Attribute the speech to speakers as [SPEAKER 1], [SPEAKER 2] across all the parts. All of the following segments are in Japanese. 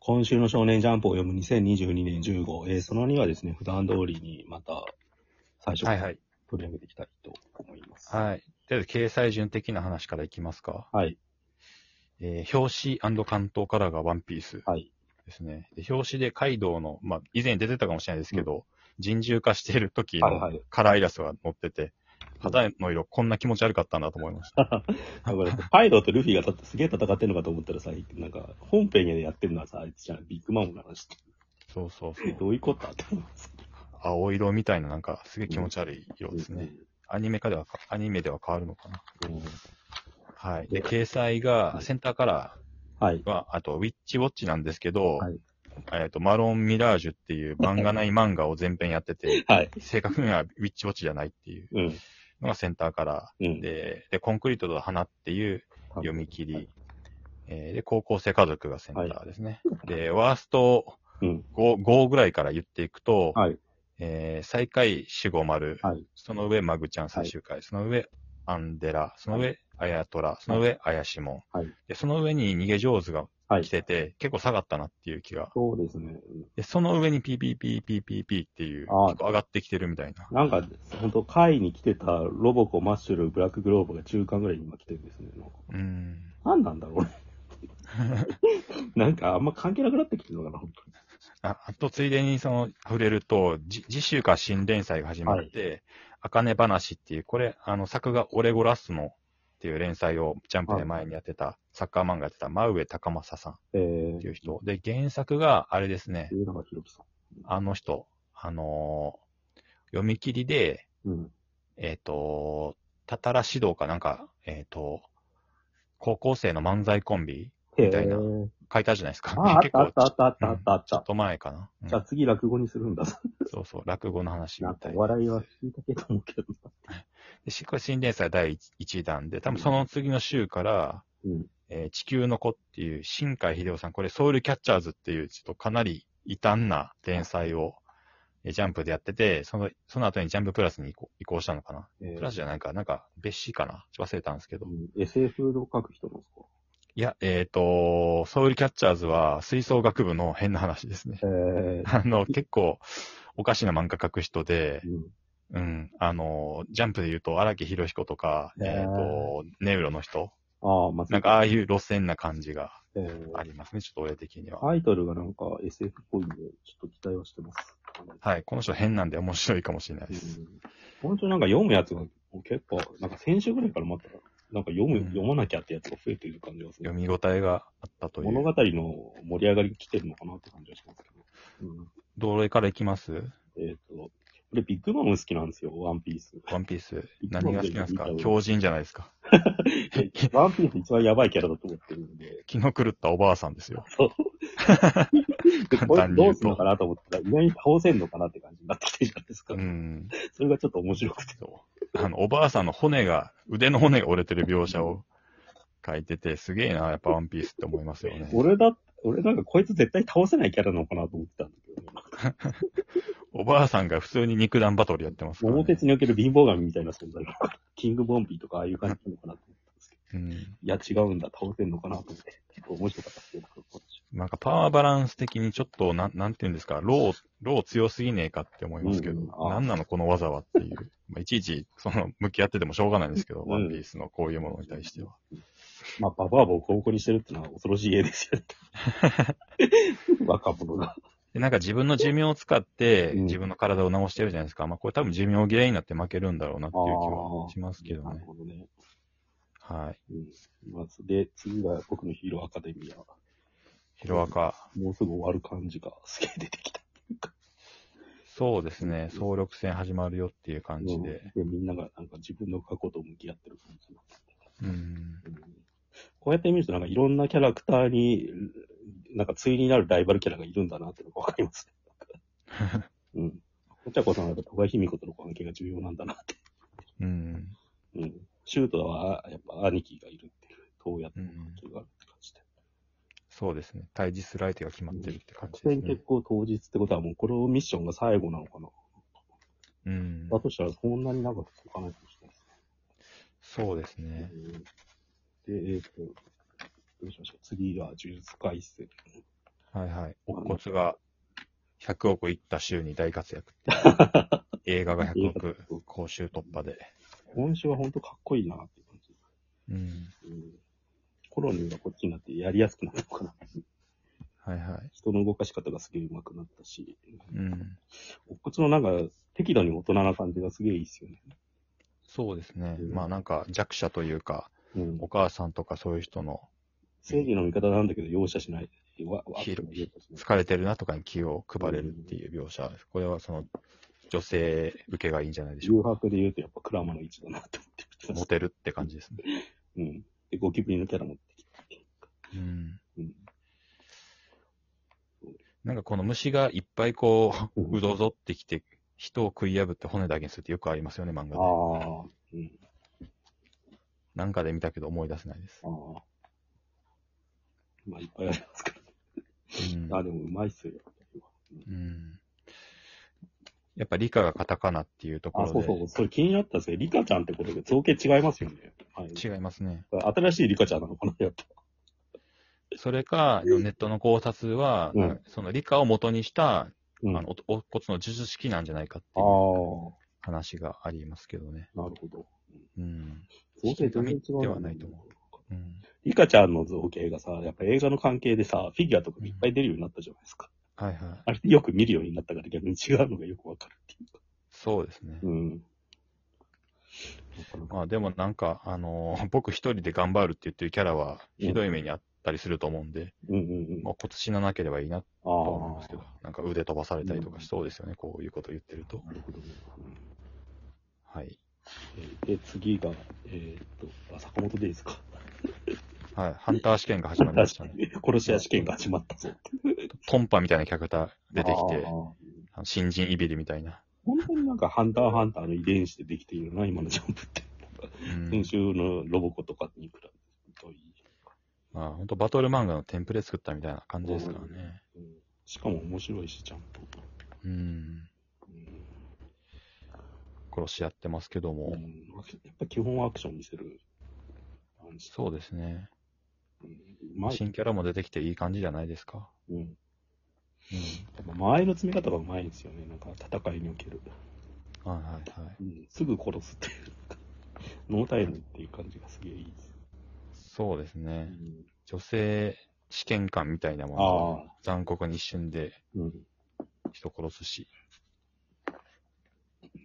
[SPEAKER 1] 今週の少年ジャンプを読む2022年10号、えーその2はですね、普段通りにまた最初か
[SPEAKER 2] はいは
[SPEAKER 1] ら
[SPEAKER 2] い。
[SPEAKER 1] 取り上げていきたいと思います。
[SPEAKER 2] はい。とりあえず、掲載順的な話からいきますか。
[SPEAKER 1] はい。
[SPEAKER 2] えー表紙関東カラーがワンピース
[SPEAKER 1] はい。
[SPEAKER 2] ですね。で表紙でカイドウの、まあ、以前出てたかもしれないですけど、人獣化している時
[SPEAKER 1] はい
[SPEAKER 2] の
[SPEAKER 1] はい。
[SPEAKER 2] カラーイラストが載ってて、肌の色、こんな気持ち悪かったんだと思いました。
[SPEAKER 1] だからカイドウとルフィが立ってすげえ戦ってんのかと思ったらさ、なんか本編でやってるのはさ、あいつじゃん、ビッグマムの話って。
[SPEAKER 2] そうそうそう。
[SPEAKER 1] どういうことだって思います
[SPEAKER 2] 青色みたいな、なんか、すげえ気持ち悪い色ですね。。アニメ化では、アニメでは変わるのかな。
[SPEAKER 1] うん
[SPEAKER 2] はい。で、掲載が、センターカラ
[SPEAKER 1] はい。
[SPEAKER 2] ーは、あと、ウィッチウォッチなんですけど、
[SPEAKER 1] はい
[SPEAKER 2] えっと、マロン・ミラージュっていう漫画ない漫画を全編やっ てて、
[SPEAKER 1] はい。
[SPEAKER 2] 正確にはウィッチウォッチじゃないっていう
[SPEAKER 1] うん。
[SPEAKER 2] のがセンターカラ
[SPEAKER 1] うん
[SPEAKER 2] ー。で、で、コンクリートと花っていう読み切
[SPEAKER 1] はい
[SPEAKER 2] り、えーで、高校生家族がセンターですね。で、ワースト
[SPEAKER 1] うん。
[SPEAKER 2] 5, 5ぐらいから言っていくと、
[SPEAKER 1] はい
[SPEAKER 2] えー最下位450、
[SPEAKER 1] はい
[SPEAKER 2] その上マグちゃん最終回、その上アンデラ、その上アヤトラ、その上アヤシモン、
[SPEAKER 1] はい
[SPEAKER 2] で、その上に逃げ上手が
[SPEAKER 1] はい
[SPEAKER 2] 来。てて、結構下がったなっていう気が。
[SPEAKER 1] そうですね。うん
[SPEAKER 2] で、その上に PPPPPP っていう、結
[SPEAKER 1] あー
[SPEAKER 2] 構上がってきてるみたいな。
[SPEAKER 1] なんか、本当会に来てたロボコ、マッシュル、ブラックグローブが中間ぐらいに今来てるんですね。なんか
[SPEAKER 2] うん。
[SPEAKER 1] 何なんだろう ね。なんかあんま関係なくなってきてるのかな、本当に。
[SPEAKER 2] ああと、ついでに、その、触れると、じ次週から新連載が始まって、あかね話っていう、これ、あの、作画オレゴラスのっていう連載をジャンプで前にやってた、サッカー漫画やってた、真上高正さんっ
[SPEAKER 1] えー、
[SPEAKER 2] ていう人。で、原作が、あれですね、
[SPEAKER 1] 上永博樹さ
[SPEAKER 2] あの人、あのー読み切りで、
[SPEAKER 1] ん。うん。
[SPEAKER 2] えっ、と、たたら指導かなんか、えっ、と、高校生の漫才コンビみたいな
[SPEAKER 1] へー
[SPEAKER 2] 書いたじゃないですか。
[SPEAKER 1] あ、あっ
[SPEAKER 2] 結
[SPEAKER 1] た
[SPEAKER 2] 構
[SPEAKER 1] あったあったあったあったあっ
[SPEAKER 2] ちょ
[SPEAKER 1] た
[SPEAKER 2] っ。と前かな。うん
[SPEAKER 1] じゃあ次落語にするんだ。
[SPEAKER 2] そうそう、落語の話み
[SPEAKER 1] なんか
[SPEAKER 2] たいな。
[SPEAKER 1] 笑いは聞いたけど思うけどな。
[SPEAKER 2] でしこれ新連載第 1, 弾で、多分その次の週から、
[SPEAKER 1] うん。
[SPEAKER 2] えー地球の子っていう、新海秀夫さん、これソウルキャッチャーズっていう、ちょっとかなり異端な連載を、えージャンプでやってて、その、その後にジャンププラスに移行移行したのかな。
[SPEAKER 1] え
[SPEAKER 2] プラスじゃないか、なんか別紙かな。ちょっと忘れたんですけど
[SPEAKER 1] う。ん SF の書く人なんですか
[SPEAKER 2] いや、えっ、と、ソウルキャッチャーズは吹奏楽部の変な話ですね。
[SPEAKER 1] え
[SPEAKER 2] あの、 結構、おかしな漫画描く人で
[SPEAKER 1] ー、、うん。
[SPEAKER 2] うん、あの、ジャンプで言うと荒木博彦とか、
[SPEAKER 1] ねえ
[SPEAKER 2] えっ、と、ネウロの人、
[SPEAKER 1] ああ、まあ、
[SPEAKER 2] なんか、ああいう路線な感じが
[SPEAKER 1] えー
[SPEAKER 2] ありますね、ちょっと俺的には。
[SPEAKER 1] タイトルがなんか SF っぽいんで、ちょっと期待はしてます。
[SPEAKER 2] はい、この人変なんで面白いかもしれないです。
[SPEAKER 1] 本当になんか読むやつが結構、なんか先週ぐらいから待ったら、なんか読む、
[SPEAKER 2] うん
[SPEAKER 1] 読まなきゃってやつが増えている感じがす
[SPEAKER 2] 読
[SPEAKER 1] る。
[SPEAKER 2] み応えがあったとい
[SPEAKER 1] 物
[SPEAKER 2] う。
[SPEAKER 1] 語の盛り上がりが来てるのかなって感じがしますけど。
[SPEAKER 2] どれからいきます
[SPEAKER 1] うん、えっ、と、俺ビッグマム好きなんですよ、ワンピー ス。
[SPEAKER 2] ワンピース。何が好きなんですか狂人じゃないですか。
[SPEAKER 1] ワンピース一番やばいキャラだと思ってるんで、
[SPEAKER 2] 気の狂ったおばあさ んですよ。
[SPEAKER 1] そう。で
[SPEAKER 2] 簡
[SPEAKER 1] これ
[SPEAKER 2] 単に
[SPEAKER 1] ど
[SPEAKER 2] 言う
[SPEAKER 1] うするのか
[SPEAKER 2] と。
[SPEAKER 1] なと思ったら、意外に倒せんのかなって感じになってきてるじゃないですか。
[SPEAKER 2] うん。
[SPEAKER 1] それがちょっと面白くて。
[SPEAKER 2] そうあの、おばあさんの骨が、腕の骨が折れてる描写を書いてて、すげえな、やっぱワンピースって思いますよね。
[SPEAKER 1] 俺だ、俺なんかこいつ絶対倒せないキャラなのかなと思ってたんだけど、
[SPEAKER 2] おばあさんが普通に肉弾バトルやってますから、
[SPEAKER 1] 桃
[SPEAKER 2] ね
[SPEAKER 1] 鉄。における貧乏神みたいな存在なのかなキングボンビーとかああいう感じなのかなと思ったんですけど。
[SPEAKER 2] うん。
[SPEAKER 1] いや、違うんだ、倒せんのかなと思って。結構面白かったですけど、
[SPEAKER 2] なんかパワーバランス的にちょっと、なん、なんて言うんですか、ロー、ロー強すぎねえかって思いますけど、
[SPEAKER 1] うんあー
[SPEAKER 2] なんなのこの技はっていう。まあ、いちいち、その、向き合っててもしょうがないんですけど、
[SPEAKER 1] うん
[SPEAKER 2] ワンピースのこういうものに対しては。
[SPEAKER 1] まあ、ババアをコロコロにしてるってのは恐ろしい絵ですよね。若者が。
[SPEAKER 2] で、なんか自分の寿命を使って、
[SPEAKER 1] うん
[SPEAKER 2] 自分の体を治してるじゃないですか。まあ、これ多分寿命切れになって負けるんだろうなっていう気はしますけど
[SPEAKER 1] なる
[SPEAKER 2] ね。
[SPEAKER 1] ほどね。
[SPEAKER 2] はい。
[SPEAKER 1] うん。まあ、で、次が僕のヒーローアカデミア。
[SPEAKER 2] ヒロアカ。
[SPEAKER 1] もうすぐ終わる感じがすげえ出てきた。
[SPEAKER 2] そうですね。総力戦始まるよっていう感じで。
[SPEAKER 1] うんみんながなんか自分の過去と向き合ってる感じ。
[SPEAKER 2] うん。
[SPEAKER 1] うんこうやって見ると、なんかいろんなキャラクターに、なんか対になるライバルキャラがいるんだなってのがわかります ね。うん。お茶子さんはやっぱ戸賀卑美子との関係が重要なんだなって。
[SPEAKER 2] うん。
[SPEAKER 1] うん。シュートは、やっぱ兄貴がいるっていう、東野と
[SPEAKER 2] う
[SPEAKER 1] の
[SPEAKER 2] ん
[SPEAKER 1] 関。係があるって感じで。
[SPEAKER 2] そうですね。対峙する相手が決まってるって感
[SPEAKER 1] 作
[SPEAKER 2] じで
[SPEAKER 1] 戦
[SPEAKER 2] すね
[SPEAKER 1] 結。構当日ってことは、もうこれをミッションが最後なのかな。
[SPEAKER 2] うん。
[SPEAKER 1] だとしたら、そんなに長く続かないかもしれないですね。
[SPEAKER 2] そうですね。
[SPEAKER 1] うんで、えっ、と、どうしましょう。次は呪術改正。
[SPEAKER 2] はいはい。乙骨が100億いった週に大活躍 っていう。映画が100億、公衆突破で。
[SPEAKER 1] 今週は本当かっこいいなっていう感じ。
[SPEAKER 2] うん。
[SPEAKER 1] うん、コロニーがこっちになってやりやすくなったのかな。
[SPEAKER 2] はいはい。
[SPEAKER 1] 人の動かし方がすげえ上手くなったし、
[SPEAKER 2] うん。
[SPEAKER 1] 乙骨のなんか適度に大人な感じがすげえいいっすよね。
[SPEAKER 2] そうですね。
[SPEAKER 1] うん
[SPEAKER 2] まあなんか弱者というか、
[SPEAKER 1] うん
[SPEAKER 2] お、母さんとかそういう人の
[SPEAKER 1] 正義の味方なんだけど容赦しない。わわ
[SPEAKER 2] ひろ
[SPEAKER 1] 容赦しない
[SPEAKER 2] 疲れてるなとかに気を配れるっていう描写。これはその女性受けがいいんじゃないでしょ
[SPEAKER 1] 誘
[SPEAKER 2] うか。
[SPEAKER 1] 惑で言うとやっぱクラマの位置だなって思って見てま
[SPEAKER 2] モ
[SPEAKER 1] した。
[SPEAKER 2] テるって感じですね。
[SPEAKER 1] うん。で、ゴキブリのキャラ持ってきて。
[SPEAKER 2] うん。
[SPEAKER 1] うん。
[SPEAKER 2] なんかこの虫がいっぱいこ
[SPEAKER 1] うん
[SPEAKER 2] う、 うどぞってきて、人を食い破って骨だけにするってよくありますよね、漫画で。
[SPEAKER 1] ああ。うん。
[SPEAKER 2] なんかで見たけど思い出せないです。
[SPEAKER 1] ああ。まあ、いっぱいありますけ
[SPEAKER 2] うん
[SPEAKER 1] ど。あ、でもうまいっすよ。
[SPEAKER 2] うんやっぱ理科がカタカナっていうとこ
[SPEAKER 1] あ、
[SPEAKER 2] ろ
[SPEAKER 1] そう
[SPEAKER 2] で
[SPEAKER 1] そう。それ気になったんですけど、リカちゃんってことで造形違いますよね。はい。
[SPEAKER 2] 違いますね。
[SPEAKER 1] 新しいリカちゃんなのかな、やっぱ。
[SPEAKER 2] それか、ネットの考察は
[SPEAKER 1] うん、
[SPEAKER 2] その理科を元にした、
[SPEAKER 1] う
[SPEAKER 2] あ
[SPEAKER 1] ん。
[SPEAKER 2] の、
[SPEAKER 1] ああ、
[SPEAKER 2] おお骨の術式なんじゃないかっていう
[SPEAKER 1] な
[SPEAKER 2] 話がありますけどね。
[SPEAKER 1] るほど。
[SPEAKER 2] うん。
[SPEAKER 1] 造形全然違う。
[SPEAKER 2] ではないと思うん
[SPEAKER 1] リカちゃんの造形がさ、やっぱ映画の関係でさ、フィギュアとかがいっぱい出るようになったじゃないですか。
[SPEAKER 2] はいはい。
[SPEAKER 1] あれでよく見るようになったから逆に違うのがよくわかるっていうか。
[SPEAKER 2] そうですね。
[SPEAKER 1] うん。
[SPEAKER 2] まあでもなんか、あのー 僕一人で頑張るって言ってるキャラは、ひどい目にあったりすると思うんで、
[SPEAKER 1] うんうんうん。
[SPEAKER 2] まあ今年ななければいいなと
[SPEAKER 1] あ
[SPEAKER 2] は思いますけど
[SPEAKER 1] あ、
[SPEAKER 2] なんか腕飛ばされたりとかしそうですよね、こういうこと言ってると
[SPEAKER 1] ー。。なるほどね。うん
[SPEAKER 2] はい。
[SPEAKER 1] えーで、次が、えーっと、あ坂本でいいですか。
[SPEAKER 2] はい。ハンター試験が始まりま したね。
[SPEAKER 1] 殺し屋試験が始まったぞ。
[SPEAKER 2] トンパみたいなキャラクター出て
[SPEAKER 1] あ、
[SPEAKER 2] きて
[SPEAKER 1] ー
[SPEAKER 2] あの新人イビリみたいな。
[SPEAKER 1] 本当になんか、ハンターハンターの遺伝子でできているな、今のジャンプって。
[SPEAKER 2] うん
[SPEAKER 1] 先週のロボコとかに比べるといい。
[SPEAKER 2] まあ、本当バトル漫画のテンプレ作ったみたいな感じですからね。
[SPEAKER 1] うんしかも面白いし、ちゃんと。
[SPEAKER 2] うん。
[SPEAKER 1] うん
[SPEAKER 2] 殺し合ってますけども。
[SPEAKER 1] うんやっぱ基本はアクション見せる感じ。
[SPEAKER 2] そうですね。
[SPEAKER 1] うんうまい。
[SPEAKER 2] 新キャラも出てきていい感じじゃないですか。
[SPEAKER 1] うん。
[SPEAKER 2] うん。
[SPEAKER 1] やっぱ間合いの詰め方がうまいんですよね。なんか戦いにおける。
[SPEAKER 2] はいはいはい。
[SPEAKER 1] うん、すぐ殺すっていう。ノータイムっていう感じがすげえいいです。
[SPEAKER 2] そうです
[SPEAKER 1] う
[SPEAKER 2] ね。
[SPEAKER 1] ん
[SPEAKER 2] 女性試験官みたいなもの
[SPEAKER 1] ああ。
[SPEAKER 2] が残酷に一瞬で
[SPEAKER 1] う
[SPEAKER 2] 人殺すし。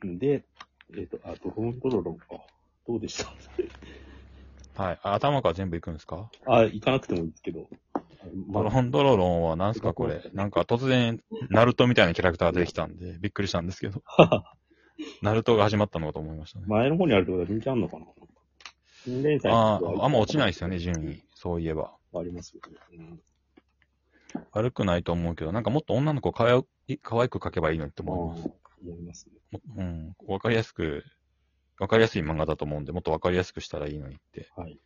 [SPEAKER 1] ん。で、えっ、と、あ、ドローンドロロンか。どうでした
[SPEAKER 2] はい。あ頭から全部いくんですか
[SPEAKER 1] あ、行かなくてもいいですけど。
[SPEAKER 2] ドロ
[SPEAKER 1] まあ、
[SPEAKER 2] ーンドロロンは何すかこれ。なんか突然、ナルトみたいなキャラクターが出てきたんで、びっくりしたんですけ ど。ナルトが始まったのかと思いましたね。
[SPEAKER 1] 前の方にあるところ人気あんのかな新連載
[SPEAKER 2] ああ、あんま落ちないですよね、順位。そういえば。
[SPEAKER 1] ありますよね。うん
[SPEAKER 2] 悪くないと思うけど、なんかもっと女の子をかわい可愛く描けばいいのにと
[SPEAKER 1] まあ、
[SPEAKER 2] 思います。
[SPEAKER 1] 思いますね。
[SPEAKER 2] うん。わかりやすく、わかりやすい漫画だと思うんで、もっとわかりやすくしたらいいのにって、
[SPEAKER 1] はい。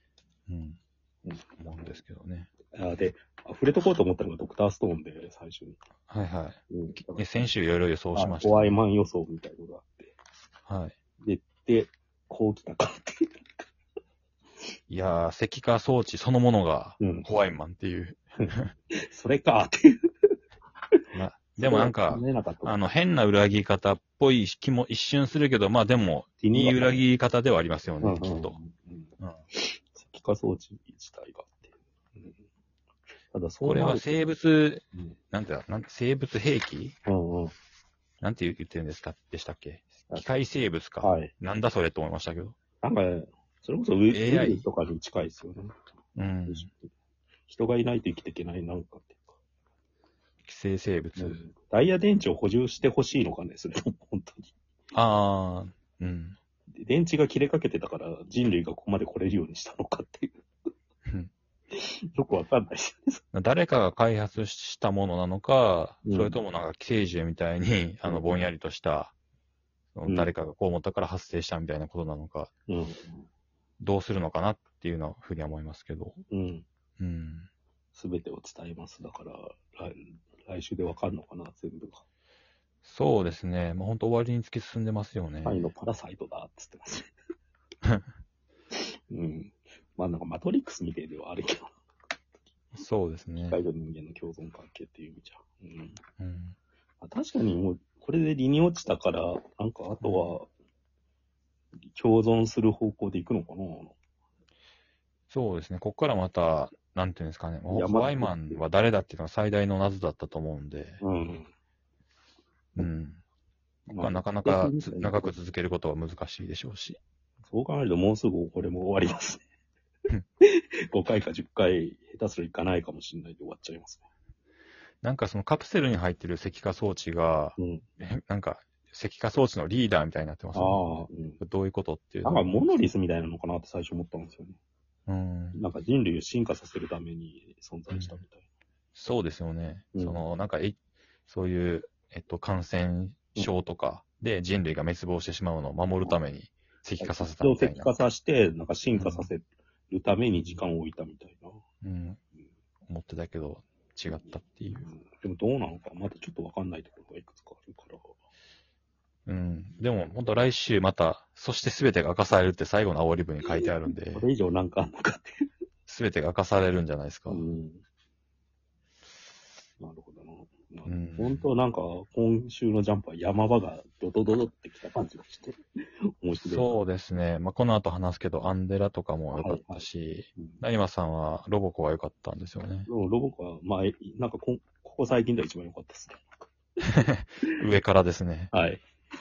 [SPEAKER 2] うん
[SPEAKER 1] うん。
[SPEAKER 2] 思うんですけどね。
[SPEAKER 1] あで、あ触れとこうと思ったのがドクターストーンで、最初に。
[SPEAKER 2] はいは
[SPEAKER 1] うん
[SPEAKER 2] い。で先週いろいろ予想しました。
[SPEAKER 1] 怖いマン予想みたいなのがあって。
[SPEAKER 2] はい。
[SPEAKER 1] で、こう来たかっていう。
[SPEAKER 2] いやー、石化装置そのものが、
[SPEAKER 1] うん。
[SPEAKER 2] ホワイマンっていう。
[SPEAKER 1] それかっていう。
[SPEAKER 2] なでもなんか、
[SPEAKER 1] 見えなかった
[SPEAKER 2] あの、変な裏切り方っぽい気も一瞬するけど、まあでも、
[SPEAKER 1] ティ
[SPEAKER 2] いい裏
[SPEAKER 1] り
[SPEAKER 2] 切り方ではありますよね、きっと。。
[SPEAKER 1] うん
[SPEAKER 2] うん
[SPEAKER 1] 石化装置自体があって。うんただ、そ
[SPEAKER 2] こ
[SPEAKER 1] う
[SPEAKER 2] れ
[SPEAKER 1] な
[SPEAKER 2] は
[SPEAKER 1] ると
[SPEAKER 2] 生物、
[SPEAKER 1] うん
[SPEAKER 2] なんてだ、なんて生物兵器
[SPEAKER 1] うんうん。
[SPEAKER 2] なんて言ってるんですかでしたっけ
[SPEAKER 1] あ
[SPEAKER 2] 機械生物か。
[SPEAKER 1] はい。
[SPEAKER 2] なんだそれと思いましたけど。
[SPEAKER 1] なんか、それこそウイウイ
[SPEAKER 2] AI
[SPEAKER 1] ルスとかに近いですよね。
[SPEAKER 2] うん。
[SPEAKER 1] 人がいないと生きていけないなんかっていうか。
[SPEAKER 2] 寄生生物。
[SPEAKER 1] ダイヤ電池を補充してほしいのかね、それとも本当に。
[SPEAKER 2] あー、うん。
[SPEAKER 1] で電池が切れかけてたから人類がここまで来れるようにしたのかっていう。
[SPEAKER 2] うん
[SPEAKER 1] よくわかんないです。
[SPEAKER 2] 誰かが開発したものなのか、
[SPEAKER 1] うん
[SPEAKER 2] それともなんか寄生獣みたいに、あの、ぼんやりとした、
[SPEAKER 1] ん
[SPEAKER 2] 誰かがこう思ったから発生したみたいなことなのか、
[SPEAKER 1] うん。
[SPEAKER 2] どうするのかなっていうのはふうには思いますけど。
[SPEAKER 1] うん。
[SPEAKER 2] うん。
[SPEAKER 1] すべてを伝えます。だから、来来週でわかるのかな、全部が。
[SPEAKER 2] そうですね。もう本当終わりに突き進んでますよね。
[SPEAKER 1] 愛のパラサイトだっつって ます。うん。まあなんかマトリックスみたいではあるけど。
[SPEAKER 2] そうですね
[SPEAKER 1] 機。械と人間の共存関係っていう意味じゃ。うん
[SPEAKER 2] うん。
[SPEAKER 1] あ確かにもう、これで理に落ちたから、なんかあとは、共存する方向でいくのかな
[SPEAKER 2] そうですね。ここからまた、なんていうんですかね。ホ
[SPEAKER 1] いや
[SPEAKER 2] ワイマンは誰だっていうのが最大の謎だったと思うんで、
[SPEAKER 1] うん。
[SPEAKER 2] うん。
[SPEAKER 1] ま
[SPEAKER 2] まあ、なかなかつ長く続けることは難しいでしょうし。
[SPEAKER 1] そう考えるともうすぐこれも終わります ね。5回か10回、下手するいかないかもしれないで終わっちゃいます
[SPEAKER 2] なんかそのカプセルに入ってる石化装置が、
[SPEAKER 1] ね。うん。
[SPEAKER 2] えなんか石化装置のリーダーみたいになってます、
[SPEAKER 1] ああ、うん。
[SPEAKER 2] どういうことっていう
[SPEAKER 1] な
[SPEAKER 2] の
[SPEAKER 1] んかモノリスみたいなのかなって最初思ったんですよね。
[SPEAKER 2] うん。
[SPEAKER 1] なんか人類を進化させるために存在したみたい
[SPEAKER 2] そうですよね。
[SPEAKER 1] うん
[SPEAKER 2] その、なんか、えそういう、えっと、感染症とかで人類が滅亡してしまうのを守るために石
[SPEAKER 1] な。
[SPEAKER 2] 化させ
[SPEAKER 1] そ
[SPEAKER 2] た
[SPEAKER 1] れを
[SPEAKER 2] みたい
[SPEAKER 1] 石
[SPEAKER 2] な。
[SPEAKER 1] 化させて、なんか進化させるために時間を置いたみたいな。
[SPEAKER 2] うん。思ってたけど、違ったっていう。
[SPEAKER 1] でもどうなのか、まだちょっとわかんないところがいくつかあるから。
[SPEAKER 2] うん。でも、本当来週また、そして全てが明かされるって最後の煽り文に書いてあるんで
[SPEAKER 1] こ、れ以上なんかあんのかって。
[SPEAKER 2] 全てが明かされるんじゃないですか。
[SPEAKER 1] うん。なるほどな。まあ
[SPEAKER 2] うん
[SPEAKER 1] 本当なんか、今週のジャンプは山場がドドドドってきた感じがして、面白い。
[SPEAKER 2] そうですね。まあ、この後話すけど、アンデラとかも良かったし、
[SPEAKER 1] うん。
[SPEAKER 2] 成馬さんはロボコが良かったんですよね。
[SPEAKER 1] でもロボコは、まあ、えなんかこん、ここ最近では一番良かったですね。
[SPEAKER 2] 上からですね。
[SPEAKER 1] はい。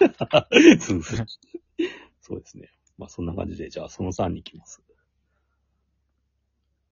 [SPEAKER 1] そうですね。まあそんな感じで、じゃあその3に行きます。